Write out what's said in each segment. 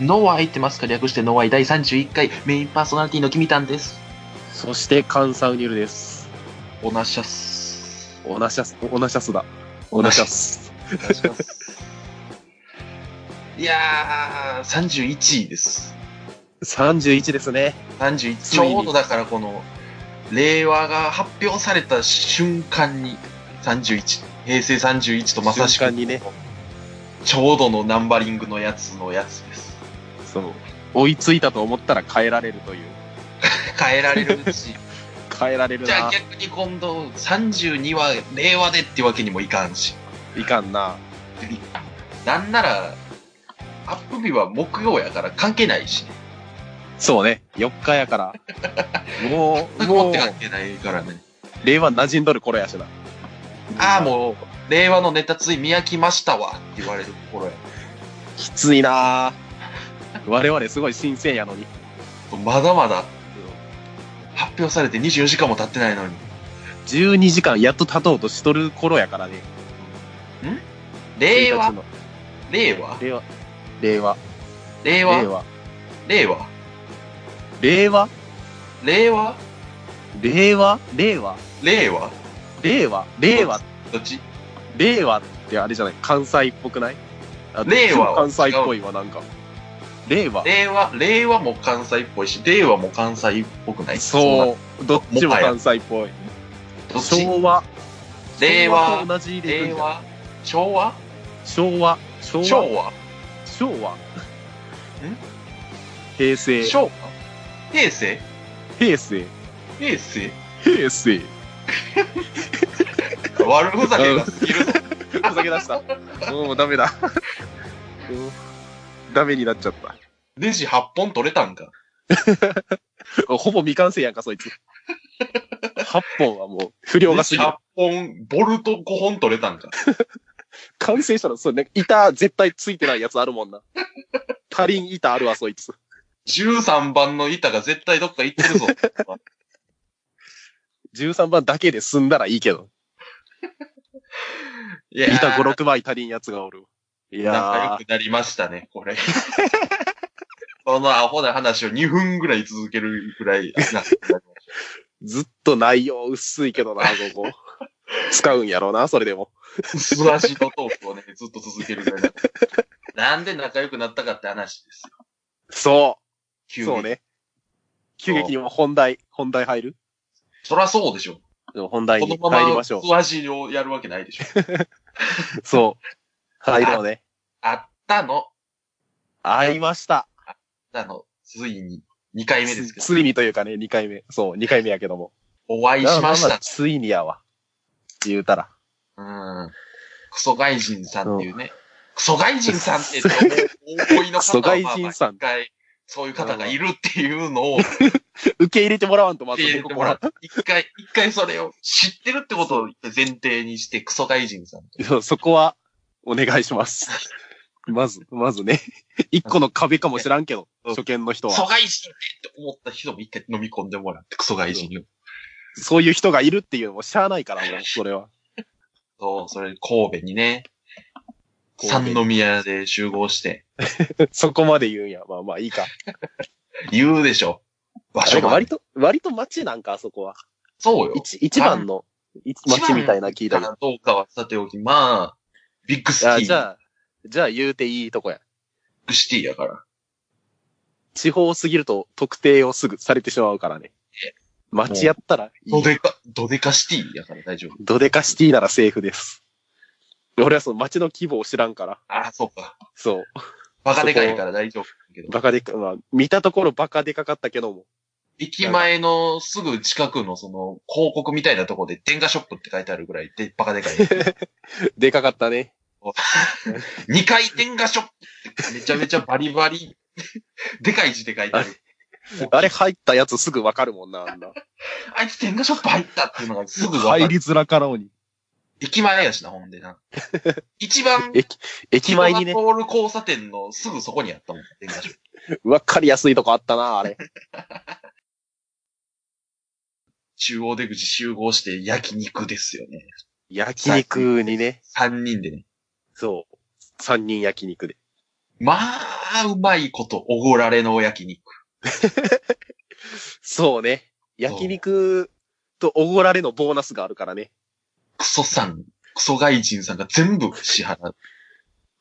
ノアイってますか略してノアイ第31回メインパーソナリティのキミタンです。そして、カンサウニルです。おなしゃっす。オナシャス、オナシャスだ。おオなナしシゃャっス。お願いします。いやー、31位です。 31ですね。 31ついちにょうどだからこの、令和が発表された瞬間に、31、平成31とまさし瞬く、間にね。ちょうどのナンバリングのやつのやつです。そう。追いついたと思ったら変えられるという。変えられる し、変えられるじゃなあ。逆に今度32は令和でってわけにもいかんし。いかんな。なんなら、アップ日は木曜やから関係ないし、ね、そうね。4日や から。もう、持もっうて、関係ないからね。令和馴染んどる頃やしな。ああ、もう、令和のネタつい見飽きましたわって言われる頃や。う。きついな。我々すごい新鮮やのに。まだまだ、発表されて24時間も経ってないのに。 12時間やっと経とうとしとる頃やからね。令和1日の令和令和。令和。令令和和。令和令和令和令和令和令和令和令和どっち令和ってあれじゃない関西っぽくないあ令和は 関西っぽいわ、なんか。令和。令和令和も関西っぽいし、令和も関西っぽくないそう。どっちも関西っぽい。う。どっち昭和。令和昭と同じでいく令んじゃない和昭和昭和。昭和。昭和昭和。平成。昭和平成平成。平成平成。悪ふざけが過ぎるぞ。ふざけ出した。もうダメだ。うんダメになっちゃった。ネジ8本取れたんか。ほぼ未完成やんか、そいつ。8本はもう、不良ネがジすぎる8。本、ボルト5本取れたんか。完成したら、そう、ね、板絶対ついてないやつあるもんな。足りん板あるわ、そいつ。 13番の板が絶対どっか行ってる ぞ。 13番だけで済んだらいいけど。いやー板5、6枚足りんやつがおる。いや仲良くなりましたね、これ。 そのアホな話を2分ぐらい続けるぐらいな。ー、ずっと内容薄いけどな、ここ。使うんやろうな、それでも。素足のトークをね、ずっと続けるぐらいな。なんで仲良くなったかって話ですよ。そ急う。に。そうね。急激にも本題、本題入るそらそうでしょ。でも本題こにのま入りまましょう。素足をやるわけないでしょ。そう。入ろうね。あったの、会いました。あの、ついに2回目ですけど、ついにというかね、2回目。そう、2回目やけども。お会いしましああた。ついにやわ。言うたら。うん。クソ外人さんっていうね。クソ外人さんってって思う、思いの方はクソ外人さんまあまあ一回、そういう方がいるっていうのを、受け入れてもらわんと、まず受け入れてもらう。一回、一回それを知ってるってことを前提にして、クソ外人さん。そうそこは、お願いします。 まず、まずね。 一個の壁かもしらんけど、うん初見の人クは。ソそ外人ねって思った人も一回飲み込んでもらって、クソ外人を。ういう人がいるっていうのもしゃあないから、 もう、それは。 そう、それ神戸にね、三神戸宮で集合して、そこまで言うんや。まあまあいいか。言うでしょ。場あれ所かが。割と、割と街なんか、あそこは。そうよ。一、一番の一街みたいな聞いたけど。どうかはさておき、まあ、ビッグシティ、あビじッゃあ、じゃあ言うていいとこや。グシティやから。地方すぎると特定をすぐされてしまうからね。街やったらいいドデカ、ドデカシティやから大丈夫。ドデカシティならセーフです。俺はその街の規模を知らんから。ああ、そうか。そう。バカでかいから大丈夫だけど。バカでか、まあ、見たところバカでかかったけども。駅前のすぐ近くのその広告みたいなとこで電化ショップって書いてあるぐらいでバカでかい。 でかかったね。 2階電化ショップってめちゃめちゃバリバリ、でかい字で書いてある。あれ入ったやつすぐわかるもんな、あんな。あいつ電化ショップ入ったっていうのがすぐわか入る。りづらかろうに。駅前やしな、ほんでな。一番、駅、 駅前にね人、が通る交差点のすぐそこにあったもん、電化ショップ。わかりやすいとこあったな、あれ。中央出口集合して焼肉ですよね。焼肉にね。三人でね。そう。三人焼肉で。まあ、あ、うまいこと、おごられの焼肉。そうね。焼肉とおごられのボーナスがあるからね。クソさん、クソ外人さんが全部支払う。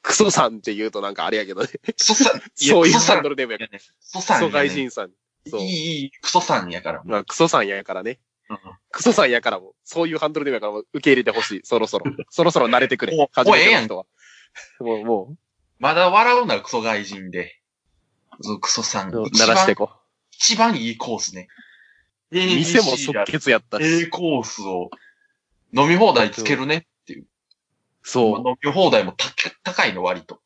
クソさんって言うとなんかあれやけどね。クソさん、いや そういクソうさハんンドルネームやかやら。ね。クソクさんソや外ね。人さん。いそう。い、いい、クソさんやから。まあ、クソさんやからね。うんクソさんやからも、そういうハンドルネームやからも、受け入れてほしい。そろ そろ。そろそろ慣れてくれも。う初めての人は。もう、もまだ笑うならクソ外人で。そうクソさん。う、一鳴らしてい番、こ一番いいコースね。う。店も即 ABC 決やったがし。 A コースを飲み放題つけるね。そう。飲み放題も高高いの割と。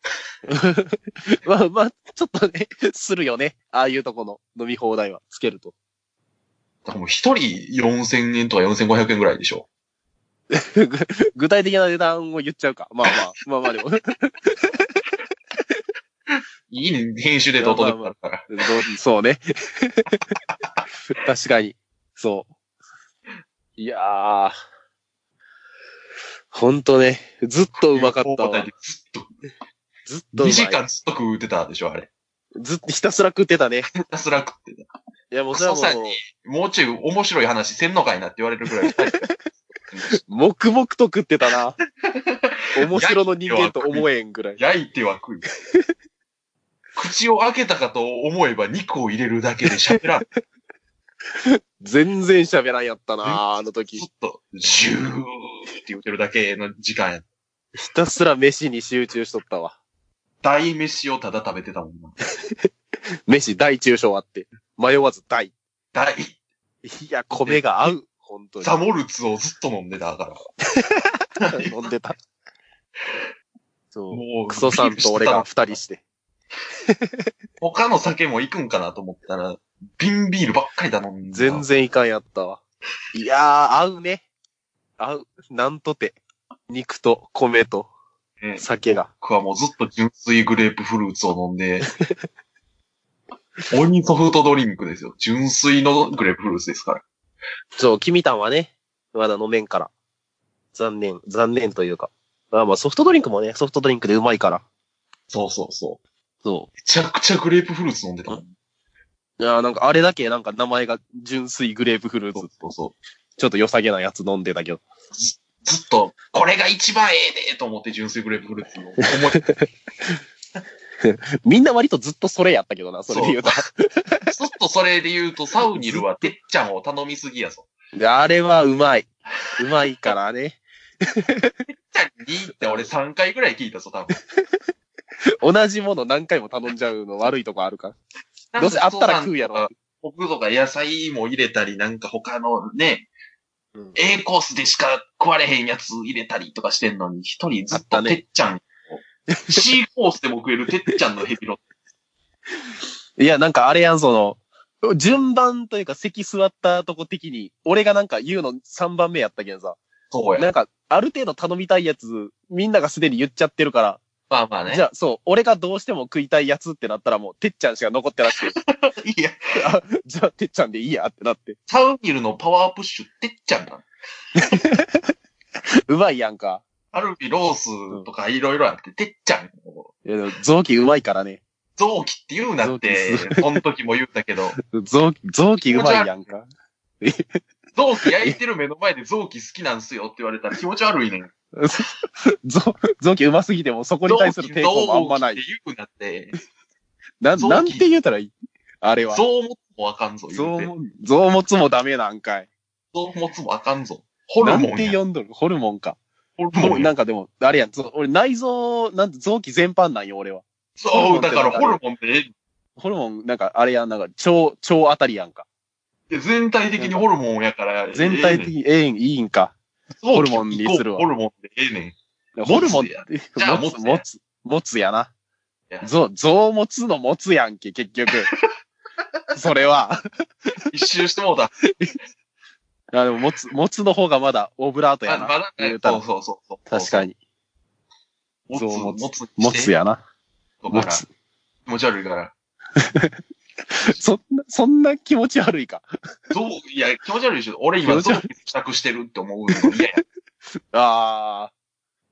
まあまあ、ちょっとね、するよね。ああいうとこの飲み放題はつけると。だからもう一人4000円とか4500円ぐらいでしょ。ぐ具体的な値段を言っちゃうか。まあまあ、まあま あでも、どいいね、編集でどうとでもなるから。うそうね。確かに。そう。いやー。ほんとね、ずっとうまかったわ。ずっと、ずっとう2まい。時間ずっと食うてたでしょ、あれ。ずっとひたすら食ってたね。ひたすら食ってた。いやもうクそれソはさんもうに、もうちょい面白い話せんのかいなって言われるぐらい。黙々と食って たな。面白の人間と思えんぐらい。焼いては 食う。口を開けたかと思えば肉を入れるだけで喋らん。全然喋らんやっ たな、あの時ず。っと、ジューって言ってるだけの時間や。ひたすら飯に集中しとったわ。大飯をただ食べてたもんな。飯大中小あって。迷わず大。大、いや、米が合う。本当に。ザモルツをずっと飲んでたから。飲んでた。そう。もクソさんと俺が二人して。他の酒も行くんかなと思ったら、瓶ビールばっかり頼んで。全。然いかんやったわ。いやー、合うね。合う。なんとて。肉と米とええ酒が。僕はもうずっと純粋グレープフルーツを飲んで、 鬼ソフトドリンクですよ。純粋のグレープフルーツですから。そう、君たんはね、まだ飲めんから。残念、残念というか。まあまあ、ソフトドリンクもね、ソフトドリンクでうまいから。そうそうそう。そう。めちゃくちゃグレープフルーツ飲んでたもん。いやーなんかあれだけなんか名前が純粋グレープフルーそうツ。そうそちょっと良さげなやつ飲んでたけど。う。ずっと、これが一番ええでと思って純粋グレープフルーツを思 い、みんな割とずっとそれやったけどな、それで言うと。ずっとそれで言うとサウニルはてっちゃんを頼みすぎやぞ。であれはうまい。うまいからね。てっちゃんにって俺3回ぐらい聞いたぞ、多分。同じもの何回も頼んじゃうの悪いとこあるから。どうせあったら食うやろ。僕とか野菜も入れたり、なんか他のね、うん、 A コースでしか食われへんやつ入れたりとかしてんのに、一人ずっあとったてねっちゃんを、C コースでも食えるてっちゃんのヘビロいや、なんかあれやん、その、順番というか席座ったとこ的に、俺がなんか言うの3番目やったけどさ。そうなや。んか、ある程度頼みたいやつ、みんながすでに言っちゃってるから、まあまあね。じゃあそう、俺がどうしても食いたいやつってなったらもう、てっちゃんしか残ってなく て。いや、あ、じゃあ、てっちゃんでいいやってなって。サウニルのパワープッシュてっちゃんなの。うまいやんか。アルビロースとかいろいろあって、てっちゃん。いやでも臓器うまいからね。臓器って言うなって、この時も言ったけど、臓器、臓器うまいやんか。臓器焼いてる目の前で臓器好きなんすよって言われたら気持ち悪いねん。臓、臓器うますぎてもそこに対する抵抗もあんまな臓器っい。て言うなって、な、臓器なんて言うたらいいあれは。臓持つもあかんぞ、言う臓て。も、臓物もダメなんかい。臓持つもあかんぞ。ホルなモんンてや。呼んどるホルモンか。ホルモンやなんかでも、あれやん。ぞ俺内臓、なんて臓器全般なんよ、俺は。そホう、ルモンってだからなんかホルモンってええホルモン、なんかあれやん。なんか腸、腸あたりやんか。いや全体的にホルモンやから、全体的にええん、いいんか。ホルモンにするわホルモンでええねん。ホルモン持つや、じゃあ持つ、持つや持つ、持つやなや。ぞ、臓持つの持つやんけ、結 局。それは。一周してもうた。あでも、持つ、持つの方がまだオブラートやまな。だ言ねう、たそらうそうそうそう。確かに。持つ、そう持持つ、持つや。やな。か持ら、つ気。持ち悪いから。そんな、そんな気持ち悪いか。どう、いや、気持ち悪いでしょ。俺今、気持ち臓悪器支度してるって思うの嫌や。ああ。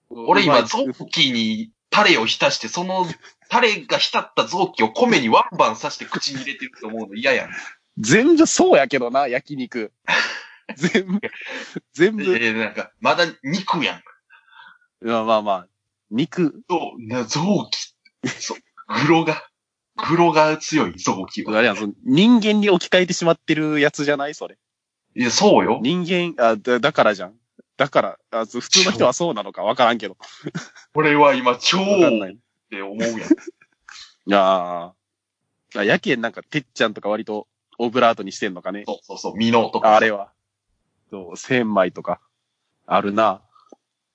俺う今、 まい臓器にタレを浸して、そのタレが浸った臓器を米にワンバン刺して口に入れてると思うの嫌やん。全部そうやけどな、焼肉。全部、全え部。ー、なんか、まだ肉やん。まあまあまあ、肉。そう、な臓器。そう、グロが、グロが強い臓器あは。れやん、その人間に置き換えてしまってるやつじゃないそれ。いや、そうよ。人間、あ、だだからじゃん。だから、あそ普通の人はそうなのかわからんけど。これは今、超っわかんない。て思う やん。ああ。やけんなんか、てっちゃんとか割とオブラートにしてんのかね。そうそうそう、ミノとか。あれは。そう、千枚とか、あるな。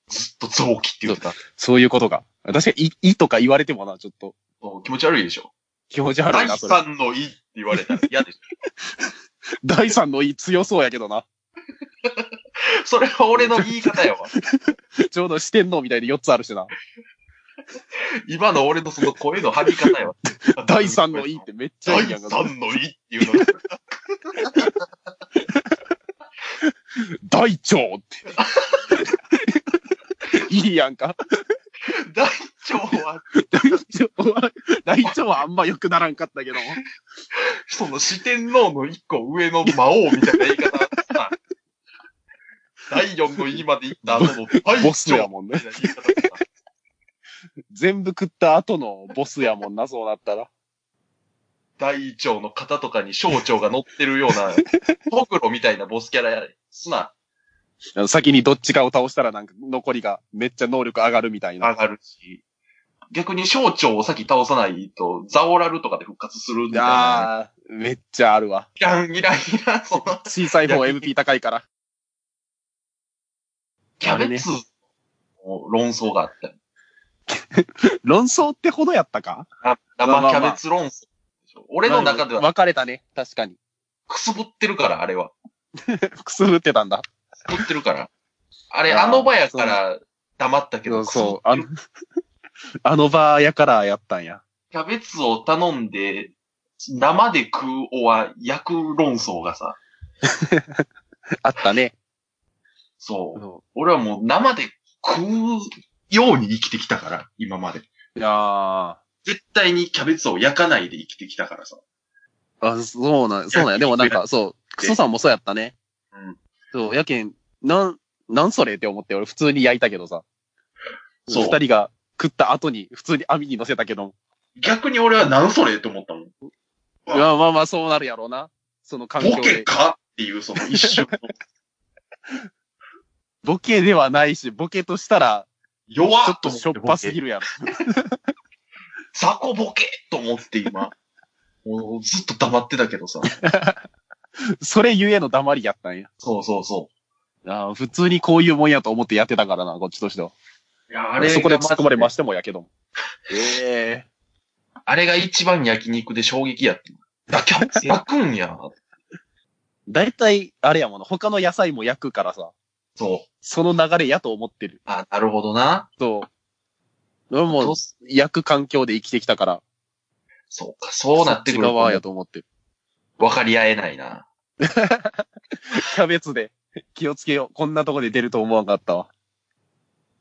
ずっと臓器って言ってた。そういうことが。確かに、い、いとか言われてもな、ちょっと、そう気持ち悪いでしょ。気持ち悪い第な、それ。三の胃って言われたら嫌 でしょ。第三の胃強そうやけどな。それは俺の言い方やわ。ちょうど四天王みたいで4つあるしな。。今の俺のその声の張り方やわ 第三の胃ってめっちゃ第いいやん三か。の胃っていうの が。大腸って。いいやんか。大腸は、大腸は、大腸はあんま良くならんかったけど。その四天王の一個上の魔王みたいな言い方さ。第四の胃まで行った後の大腸ボスやみもんたね。いな言い方さ。全部食った後のボスやもんな、そうなったら。 大腸の型とかに小腸が乗ってるような、トクロみたいなボスキャラやれ。すな、あの先にどっちかを倒したらなんか残りがめっちゃ能力上がるみたいな。上がるし。逆に小腸を先倒さないと、ザオラルとかで復活するみたいな。あー、めっちゃあるわ。いらん、いらん、いらん、その、小さい方 MP 高いから。キャベツの論争があった。論争ってほどやったかあまあま生あキャベツ論争でしょ。俺の中では分かれたね。確かに。くすぶってるから、あれは。くすぶってたんだ。くすぶってる から。あれ、あーあの場やから黙ったけど、くすぶそう、あってのる、あの場やからやったんや。キャベツを頼んで、生で食うおは焼く論争がさ、あったね。そう。俺はもう生で食うように生きてきたから、今まで。いやー絶対にキャベツを焼かないで生きてきたからさ。あ、そうなん、そうなんや。でもなんか、そう、クソさんもそうやったね。うん。そう、やけん、なん、なんそれって思って、俺普通に焼いたけどさ。そう二人が食った後に、普通に網に乗せたけども。逆に俺は何それって思ったもん。いや、まあまあ、そうなるやろうな。その環境ボケで。かっていうその一瞬 のボケではないし、ボケとしたら、弱ちょっっととしょっぱする。ぎるやろ。雑魚ボケと思って今。もうずっと黙ってたけどさ。それゆえの黙りやったんや。そうそうそあー普通にこういうもんやと思ってやってたからな、こっちとしては。う。いや、ああれれがそこで突っ込まれましてもやけども。ええあれが一番焼肉で衝撃やった。あ、キャベツ焼くんや。だいたい、あれやもの、他の野菜も焼くからさ、そう。その流れやと思ってる。あ、なるほどな。そう。俺も、そう焼く環境で生きてきたから、そうか、そうなってくるそっち側やと。と思ってる。分かり合えないな。キャベツで、 気をつけよう。こんなとこで出ると思わんかったわ。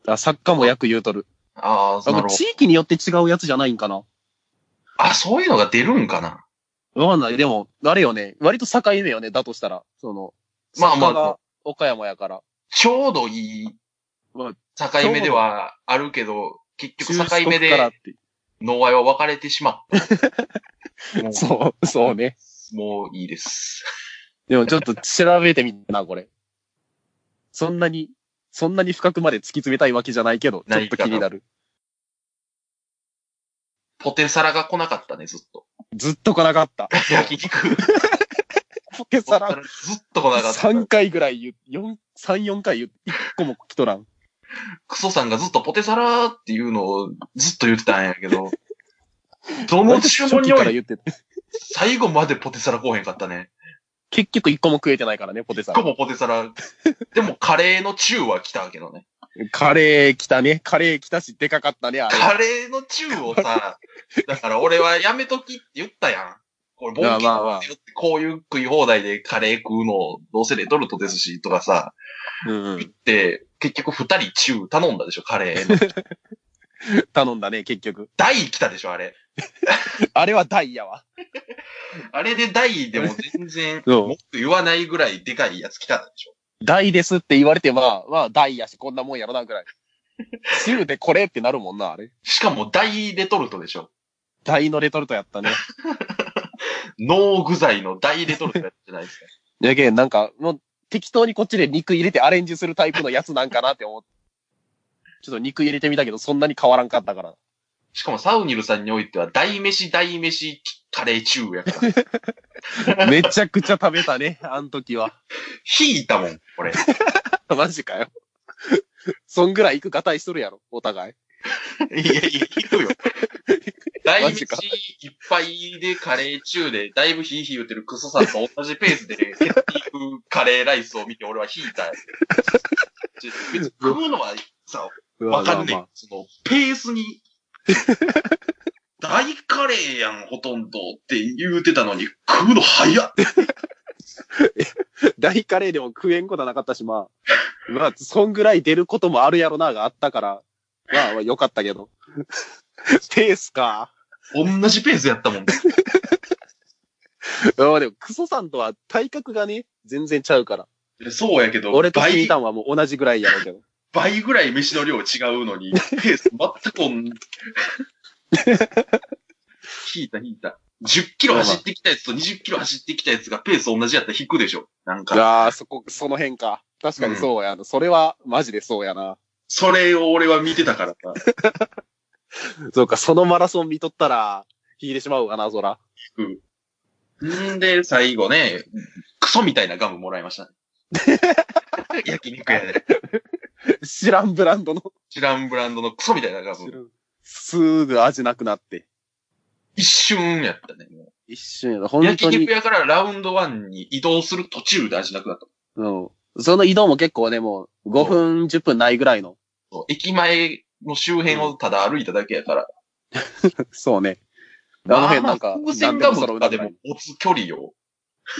あ、作家も焼く言うとる。ああ、あ、なこるれほど地。域によって違うやつじゃないんかなあ、そういうのが出るんかな。わかんない。でも、あれよね。割と境目よね。だとしたら。その、まあまあ作家が岡山やから。ちょうどいいまあ境目ではあるけど、結局中四国境目からっでて農愛は分かれてしま った。もうそう、そうね。もういいです。でもちょっと調べてみたな、これ。そんなに、そんなに深くまで突き詰めたいわけじゃないけど、ちなょっいとか気なになる。ポテサラが来なかったね、ずっと。ずっと来な かった。焼肉。ポテポテササララずっと来なかった。 3回ぐらい言う、四3、4回言う、1個も来とらん。クソさんがずっとポテサラっていうのをずっと言ってたんやけ ど、どの注文にお初期からいて言ってた最後までポテサラ来へんかったね。結局1個も食えてないからね、ポテサしかラ。もポテサラ。でもカレーの中は来たけどね。カレー来たね。カレー来たし、でかかったね、あれ。カレーの中をさ、だから俺はやめときって言ったやん。これ、ボンキまあまあまーあって言って、こういう食い放題でカレー食うの、どうせレトルトですし、とかさ、うんう言っん。 て、結局二人中頼んだでしょ、カレーの。頼んだね、結局。大来たでしょ、あれ。あれはダイヤわ。あれで大でも全然、そうもっと言わないぐらいでかいやつ来たでしょ。大ですって言われて、まあ、まあ、大やし、こんなもんやろな、ぐらい。中でこれってなるもんな、あれ。しかも大レトルトでしょ。大のレトルトやったね。脳具材の大レトルトやつじゃないですか。やけん、なんか、もう、適当にこっちで肉入れてアレンジするタイプのやつなんかなって思って。ちょっと肉入れてみたけど、そんなに変わらんかったから。しかもサウニルさんにおいては、大飯大飯カレー中やから。 めちゃくちゃ食べたね、あの時は。 引いたもん、これ。マジかよ。そんぐらい行くがたいするやろ、お互い。いやいや、引くよ。大マ飯ジかいっぱいでカレー中で、だいぶヒーヒー言ってるクソさんと同じペースで、減っていくカレーライスを見て俺は引いた やつ。別に食うのはさ、うわかんねまあえまあ。その、ペース に、大カレーやん、ほとんどって言うてたのに、食うの早っ大カレーでも食えんことはなかったし、まあ、まあ、そんぐらい出ることもあるやろな、があったから、まあ、まあ、よかったけど。ペースか。同じペースやったもんね。うんでも、クソさんとは体格がね、全然ちゃうから。 そうやけど、俺とキ倍ミタンはもう同じぐらいやろうけど。倍ぐらい飯の量違うのに、ペース全くおん、 引いた引いた。10キロ走ってきたやつと20キロ走ってきたやつがペース同じやったら引くでしょ。なんか、ああ、そこ、その辺か。確かにそうやな。それは、マジでそうやな。それを俺は見てたからさ、そうか、そのマラソン見とったら、引いてしまうわな、そら。 引く。んで、最後ね、クソみたいなガムもらいました、 ね。焼肉屋で。知らんブランドの。知らんブランドのクソみたいなガム。すぐ味なくなって。一瞬やったね。もう一瞬やな、本焼当に肉。屋からラウンド1に移動する途中で味なくなった。うん。その移動も結構ね、もう5分、10分ないぐらいの。そう駅前の周辺をただ歩いただけやから。 そうね。あの辺なんまあか、まあ風な船んでガもム揃とうなかでぐらもい持つ距離を、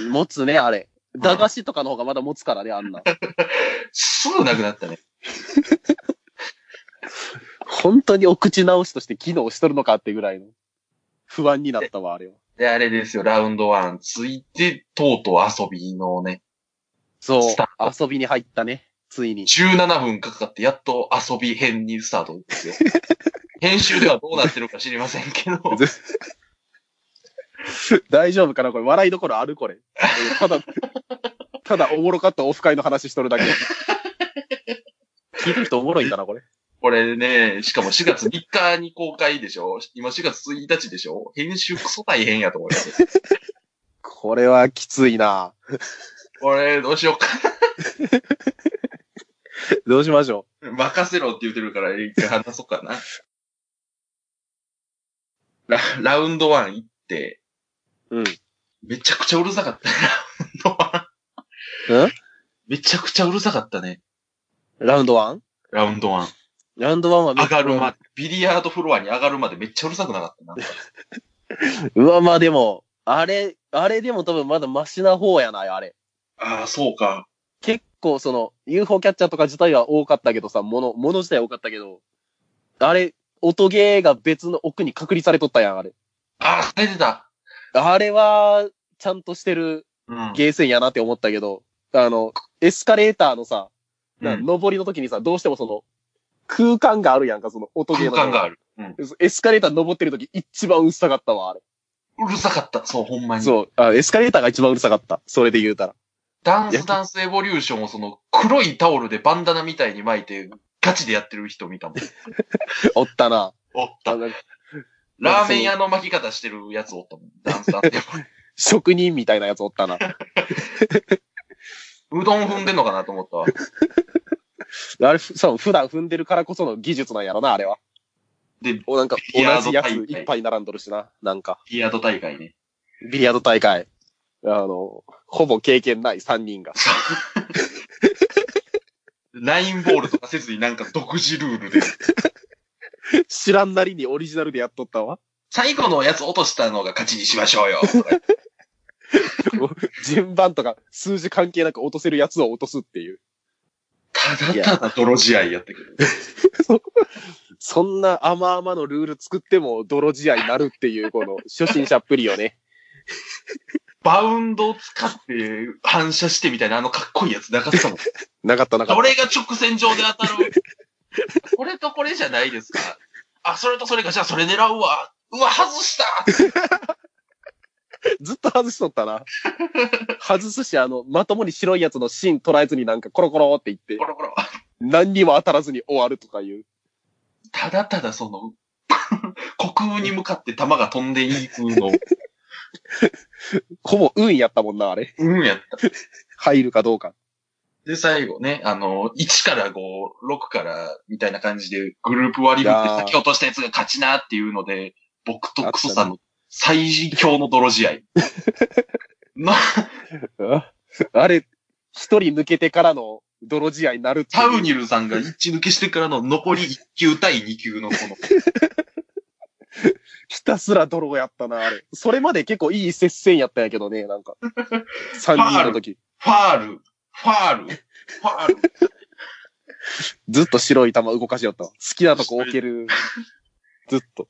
持つね、あれ。ん駄菓子とかの方がまだ持つからね、あ んな。すぐなくなったね。本当にお口直しとして機能しとるのかってぐらいの。不安になったわ、あれは。で、あれですよ、ラウンド1ついて、とうとう遊びのね、そうスタ。遊びに入ったね。ついに。 17分かかってやっと遊び編にスタートです よ。編集ではどうなってるか知りませんけど、大丈夫かなこれ、笑いどころある これ。ただ、ただおもろかったオフ会の話しとるだ け。聞いてる人おもろいんだな、これ。これね、しかも4月3日に公開でしょ今4月1日でしょ編集クソ大変やと思います。これはきついな。これ、どうしようか。どうしましょ任せろって言ってるから、一回話そうかな。ララウンド1行って、う。うん。めちゃくちゃうるさかったね、ラウンド1。めちゃくちゃうるさかったね、ラウンド 1? ラウンド1。ラウンド1はめ上がるまで、ビリヤードフロアに上がるまでめっちゃうるさくなかったな。うわ、まあでも、あれ、あれでも多分まだマシな方やな、あれ。ああ、そうか。結構その、UFO キャッチャーとか自体は多かったけどさ、もの、もの自体は多かったけど、あれ、音ゲーが別の奥に隔離されとったやん、あれ。ああ、されてた。あれは、ちゃんとしてるうん。ゲーセンやなって思ったけど、あの、エスカレーターのさ、なうん上りの時にさ、どうしてもその、空間があるやんか、その音ゲー空の。間がある。うん。エスカレーター登ってる時一番うるさかったわ、あれ。うるさかった。そう、ほんまに。そうあ。エスカレーターが一番うるさかった。それで言うたら。 ダンスダンスエボリューションをその黒いタオルでバンダナみたいに巻いてガチでやってる人見たもん。おったな。 おったあ。のラーメン屋の巻き方してるやつおったもん。ダンスダンスエボリューション職人みたいなやつおったな。うどん踏んでんのかなと思ったわ。あれ、ふそう、普段踏んでるからこその技術なんやろな、あれは。で、お、なんか、ビリヤ同ードじやつ大会いっぱい並んどるしな。なんか、ビリヤード大会ね。ビリヤード大会。あの、ほぼ経験ない3人が。ラインボールとかせずになんか独自ルールで。知らんなりにオリジナルでやっとったわ。最後のやつ落としたのが勝ちにしましょうよ。順番とか数字関係なく落とせるやつを落とすっていう。ただただ泥仕合やったけど。そんな甘々のルール作っても泥仕合になるっていう、この初心者っぷりよね。バウンドを使って反射してみたいなあのかっこいいやつなかったもん。なかったなかっどれが直線上で当た るこれとこれじゃないですか。あ、それとそれか、じゃあそれ狙うわ。うわ、外したた。ずっと外しとったな。外すし、あの、まともに白いやつの芯捉えずになんかコロコロっていってコ、ロコロ。何にも当たらずに終わるとかいう。ただただその、 虚空に向かって弾が飛んでいくの、ほぼ運やったもんな、あれ。うんやった。入るかどうか。で、最後ね、あの、1から5、6から、みたいな感じで、グループ割り振っていやー先落としたやつが勝ちなっていうので、僕とクソさんの最強の泥 試合。な、ああれ、一人抜けてからの泥仕合になるっていうタウニルさんが一致抜けしてからの残り1級対2級のこの、ひたすら泥やったな、あれ。それまで結構いい接戦やったんやけどね、なんか。三人の時。ファール、ファール、ファール。ずっと白い球動かしよったわ好きなとこ置ける。ずっと。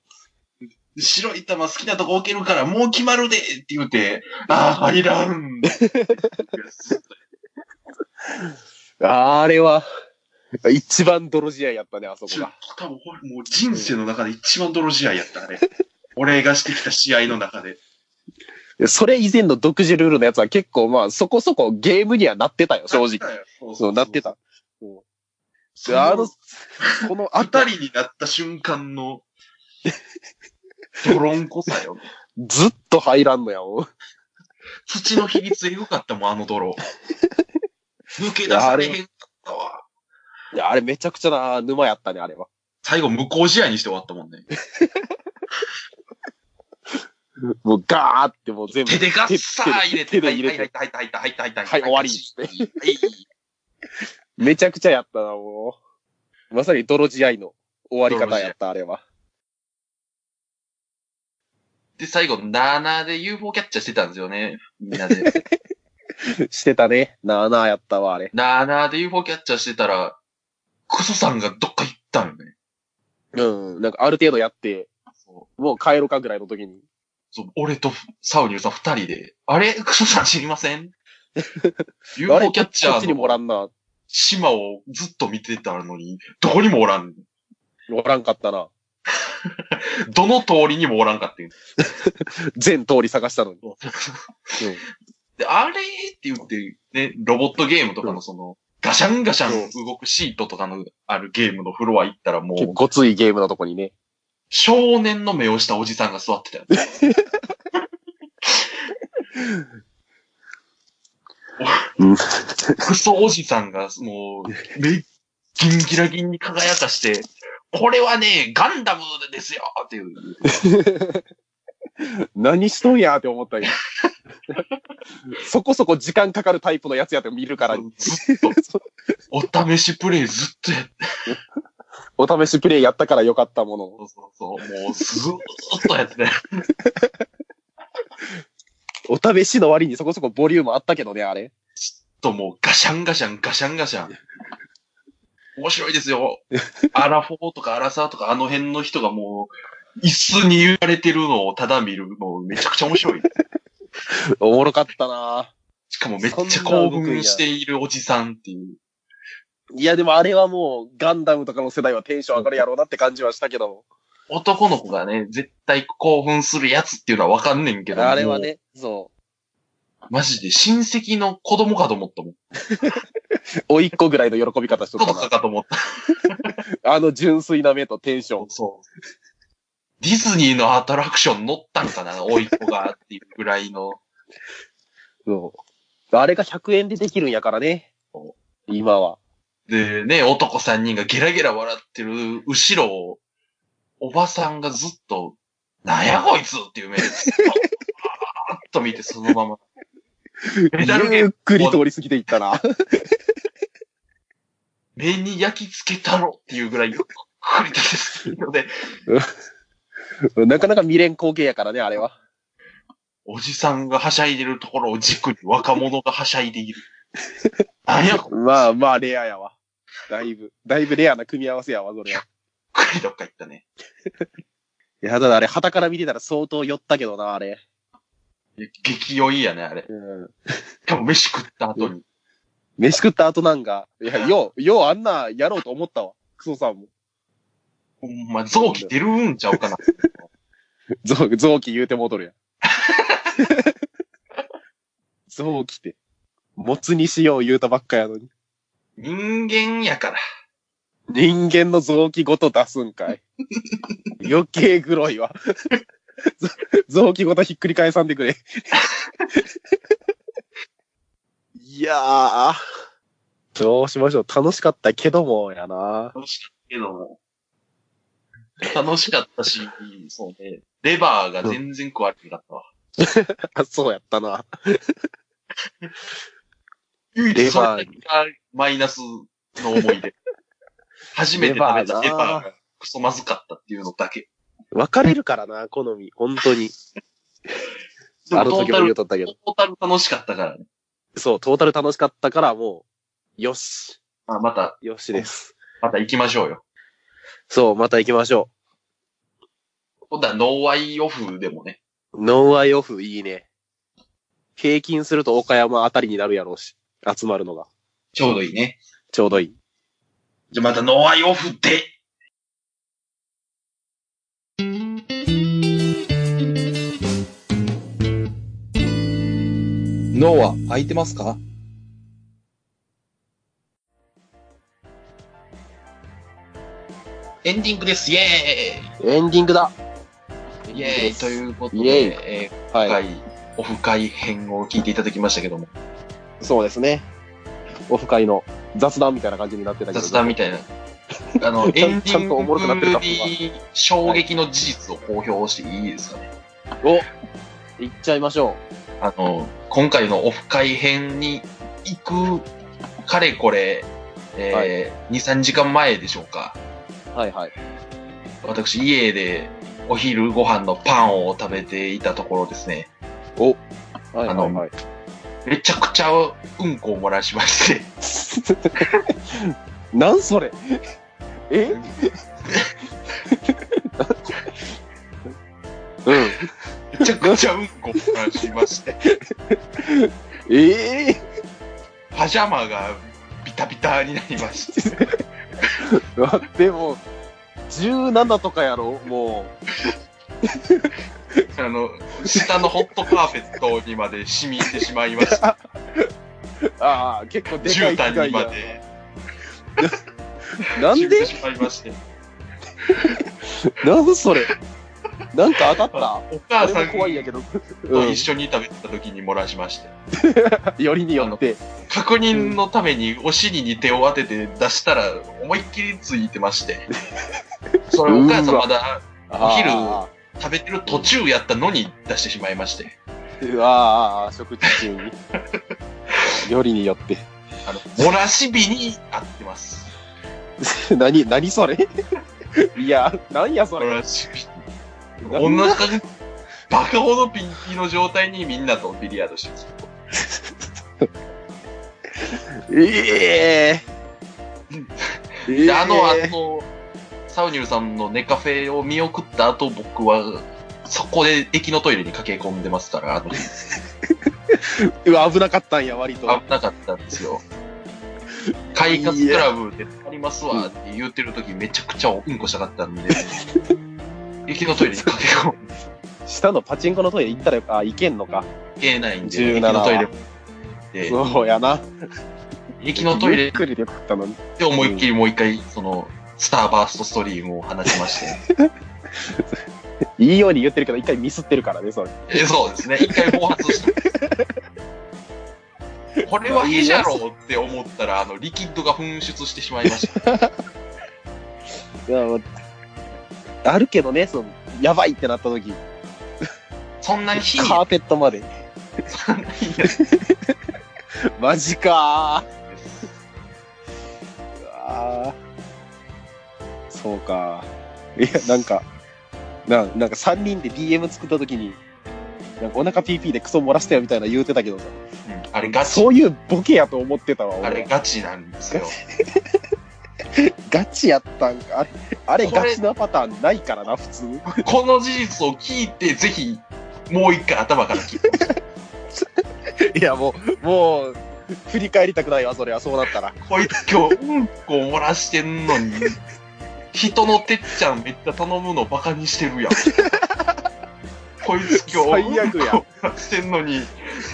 白い球好きなとこ置けるからもう決まるでって言うて、ああ、入らん。あれは、一番泥試合やったね、あそこ が。多分ほらもう人生の中で一番泥試合やったね。俺がしてきた試合の中で。それ以前の独自ルールのやつは結構まあそこそこゲームにはなってたよ、正直。直そう、なって。た。そであのの、このああたたりになった瞬間の、ドロンコさよ。ずっと入らんのやもん。土の比率エグかったもん、あの 泥。抜け出されへんかったわ。いや、あれめちゃくちゃな沼やったね、あれは。最後、無効試合にして終わったもんね。もうガーってもう全部手。でガッサー入れて、手で入れてはい入った入った入った入った入った。はい終わりり。めちゃくちゃやったな、もう。まさに泥試合の終わり方やった、あれは。 で、最後、7で UFO キャッチャーしてたんですよね。みんなで。 してたね。なあなあやったわ、あれ。 7で UFO キャッチャーしてたら、クソさんがどっか行ったんよね。うん。なんかある程度やって、そうもう帰ろうかぐらいの時に。そう俺とサウニルさん二人で、あれクソさん知りま せんあれ ?UFO キャッチャこっちにーもおらのんな。島をずっと見てたのに、どこにもおらん。おらんかったな。どの通りにもおらんかっていう。全通り探したのに。で、あれって言って、ね、ロボットゲームとかのその、ガシャンガシャン動くシートとかのあるゲームのフロア行ったらも結構う、ごついゲームのとこにね。少年の目をしたおじさんが座ってたよ。 クソおじさんがもう、目、ギンギラギンに輝かして、これはね、ガンダムですよっていう。何しとんやーって思ったけど。 そこそこ時間かかるタイプのやつやって見るから。ずっと、お試しプレイずっとやって、お試しプレイやったからよかったもの。そうそうそう、もうずーっとやってたよお試しの割にそこそこボリュームあったけどね、あれ。ともうガシャンガシャンガシャンガシャン。面白いですよ。アラフォーとかアラサーとかあの辺の人がもう、椅子に揺られてるのをただ見るのめちゃくちゃ面白 い。おもろかったなーしかもめっちゃ興奮しているおじさんっていう。いや、でもあれはもう、ガンダムとかの世代はテンション上がるやろうなって感じはしたけども。男の子がね、絶対興奮するやつっていうのはわかんねんけど。あれは。ね、そマジで親戚の子供かと思ったもん。う。おいっ子ぐらいの喜び方しと子った供かな。かと思った。あの純粋な目とテンション。そう。ディズニーのアトラクション乗ったんかな、おいっ子がっていうぐらいの。そう。あれが100円でできるんやからねそ。今は。で、ね、男三人がゲラゲラ笑ってる後ろを、おばさんがずっと、なんやこいつっていう目で、ずっとあーっと見てそのまま。メダルゲーゆっくり通り過ぎていったな。目に焼き付けたろっていうぐらい、ゆっくりでするので、なかなか見れん光景やからね、あれは。おじさんがはしゃいでるところを軸に若者がはしゃいでいる。なんやこまあまあ、レアやわ。だいぶ、だいぶレアな組み合わせやわ、それは。ゆっくりどっか行ったね。いや、ただあれ、旗から見てたら相当酔ったけどな、あれ。いや激酔いやね、あれ。うん。しかも飯食った後に。飯食った後なんか、いや、よう、ようあんなやろうと思ったわ。クソさんも。ほんま、臓器出るんちゃうかな。臓器、臓器言うて戻るや ん。臓器って。もつにしよう言うたばっかやのに。人間やから。人間の臓器ごと出すんかい。余計グロいわ。 ぞ臓器ごとひっくり返さんでくれ。 いやー。どうしましょう。楽しかったけども、やな。楽しかったけども。楽しかったし、そうね。レバーが全然食われてなかったわ。あそうやったな。唯レ一そバーれだけがマイナスの思い出。初めて食べたレレバーなバーがクソまずかったっていうのだけ。分かれるからな、好み。本当に。でもあトのー時タも言ル、うとったけトど。ータル楽しかったからね。そう、トータル楽しかったから、もう、よし。まあ、また、よしです。また行きましょうよ。そう、また行きましょ今度はノーワイオフでもね。う。ノンアイオフ、いいね。平均すると岡山あたりになるやろうし、集まるのが。ちょうどいいね。ちょうどいい。じゃあまたノーアイオフで脳は空いてますかエンディングです。イエエンディングだーイイエーイということイエーイで、えー今は回い。、オフ会編を聞いていただきましたけども、そうですね。オフ会の雑談みたいな感じになってたけど。雑談みたいな。あの、 ちゃんエンデちゃんとおもろくなってィングるかに衝撃の事実を公表していいですかね。お行っちゃいましょあの、今回のオフ会編に行く、かれこれ、はいえー2、3時間前でしょうか。う。はいはい。私、家でお昼ご飯のパンを食べていたところですね、はいはいはい。めちゃくちゃうんこを漏らしま して、なんそれえうん。めちゃくちゃうんこを漏らしまして、ええパジャマがビタビタになりまして、でも、17とかやろもあの、下のホットカーペットにまで染み入ってしまい ました。う。ああ、結構でかい絨機械毯にまや。でな染みんてでしまいまして、なんそれなんか当たったおあ母れさもん怖いんやけど。とう一緒に食べてた時に漏らしまして、ん。よりによって。確認のためにお尻に手を当てて出したら思いっきりついてまして、 それお母さんまだあ食べてる途中やったのに出してしまいまして、ーあー、食事中に。よりによって。あの、漏らし日に合ってます。何、何それ いや、なんやそ漏れ。らし日。な同んじだバカほどピンキーの状態にみんなとビリヤードしてます。えええで、あの、あの、サウニュルさんのネカフェを見送った後、僕は、そこで駅のトイレに駆け込んでますから、あの、危うわ、危なかったんや、割と。なかったんですよ。快活クラブでありますわって言ってる時めちゃくちゃうんこしたかったんで、駅のトイレに駆け込んで下のパチンコのトイレ行ったらよか、あ、行けんのか。いけないんで、 17駅のトイレで、そうやな。駅のトイゆレっくりでよかったのに。で思いっきりもう一回、その、スターバーストストリームを放ちまして。いいように言ってるけど、一回ミスってるからね、それ。えそうですね。一回暴発した。これは火じゃろうって思ったら、あの、リキッドが噴出してしまいました。いやもうあるけどね、その、やばいってなった時、そんなに火に、カーペット まで。そんなに火になってマジかないですーうわーそうかいや、なんか、ななんか3人で BM 作った時に、なんかお腹 PP でクソ漏らしたよみたいな言うてたけどさ、うんあれガチそ、ういうボケやと思ってたわ、あれ俺。ガチなんですよ。ガチやったんか。あれ、あれこれガチなパターンないからな、普通。この事実を聞いて、ぜひ、もう一回頭から聞く。いや、もう、もう、振り返りたくないわ、それは、そうなったら。こいつ今日、うんこ漏らしてんのに、人のてっちゃんめっちゃ頼むのバカにしてるやん。こいつ今日、最悪やうんこ漏らしてんのに、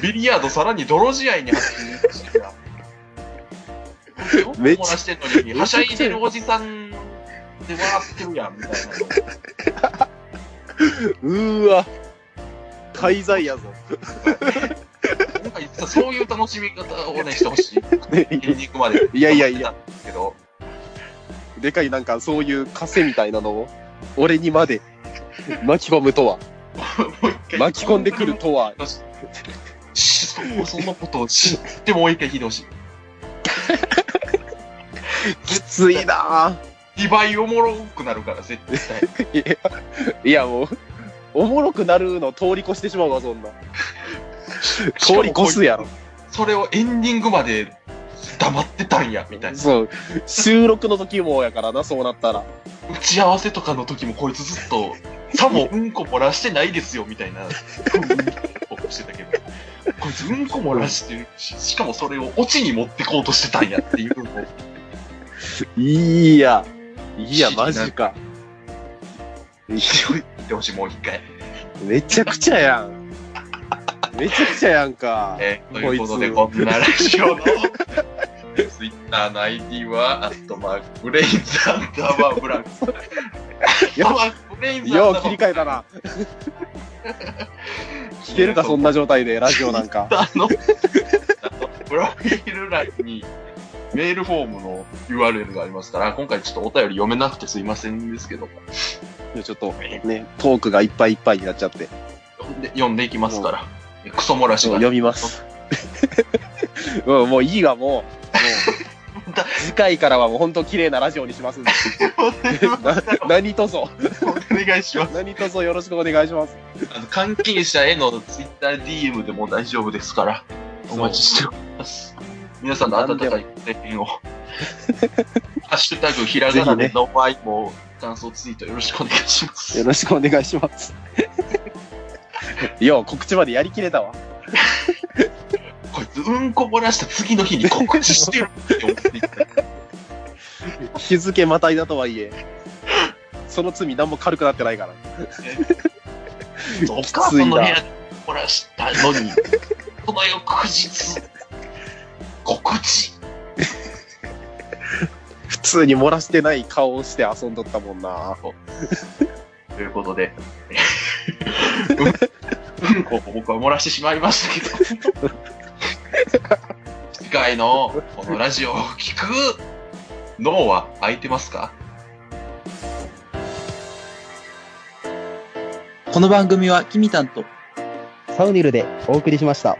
ビリヤードさらに泥試合に発展してるやん。うんこめっ漏ちゃらしてんのに、はしゃいでるおじさんで笑ってるやん、みたいな。うーわ。滞在やぞ。なんか実はそういう楽しみ方をね、してほしい。筋肉まで。いやいやいや。けど、でかいなんかそういう枷みたいなのを、俺にま で巻き込むとは、もう一回巻き込んでくる。とは、しそそのことを知ってもう一回聞いてほしい。きついなぁ。 2倍おもろくなるから、絶対。 いやいやもう、おもろくなるの通り越してしまうわ、そんな。通り越すやろ。それをエンディングまで黙ってたんや、みたいな。そう。収録の時もやからな、そうなったら。打ち合わせとかの時もこいつずっと、さもうんこ漏らしてないですよ、みたいな、うんこしてたけど。こいつうんこ漏らしてるし、しかもそれをオチに持ってこうとしてたんやっていうのをいいや。いいや、マジか。言ってほしい、もう一回。めちゃくちゃやん。めちゃくちゃやんか。えーということで、ここんなラジオのツイッターの ID は、アットマーク、ブレインズアンダーバーブランク。よアットマークブレインズアよンうダーバ切ーり替えたな。聞けるか、そんな状態で、ラジオなん か。あの、ブロフィール欄にメールフォームの URL がありますから、今回ちょっとお便り読めなくてすいませんですけど、ちょっと、ね、トークがいっぱいいっぱいになっちゃって。読んで読んでいきますから、えクソ 漏らしが、読みます。うん、 もういいわ、もう。もう次回からはもう本当綺麗なラジオにし ますんでな何とぞ、お願いします。何とぞよろしくお願いします。あの関係者への TwitterDM でも大丈夫ですから、お待ちしております。皆さんの温かい声 援を。ハッシュタグひらがなでの場合も感想ツイートよろしくお願いします。よろしくお願いします。よう、告知までやりきれたわ。こいつうんこ漏らした次の日に告知してるって思っていた日付またいだとはいえ、その罪何も軽くなってないから。お母さんの部屋に漏らしたの に、その翌日、告知。普通に漏らしてない顔をして遊んどったもんな。ということで、 うんうんこを僕は漏らしてしまいましたけど、次回のこのラジオを聞く脳は空いてますかこの番組は、キミタンと、サウニルでお送りしました。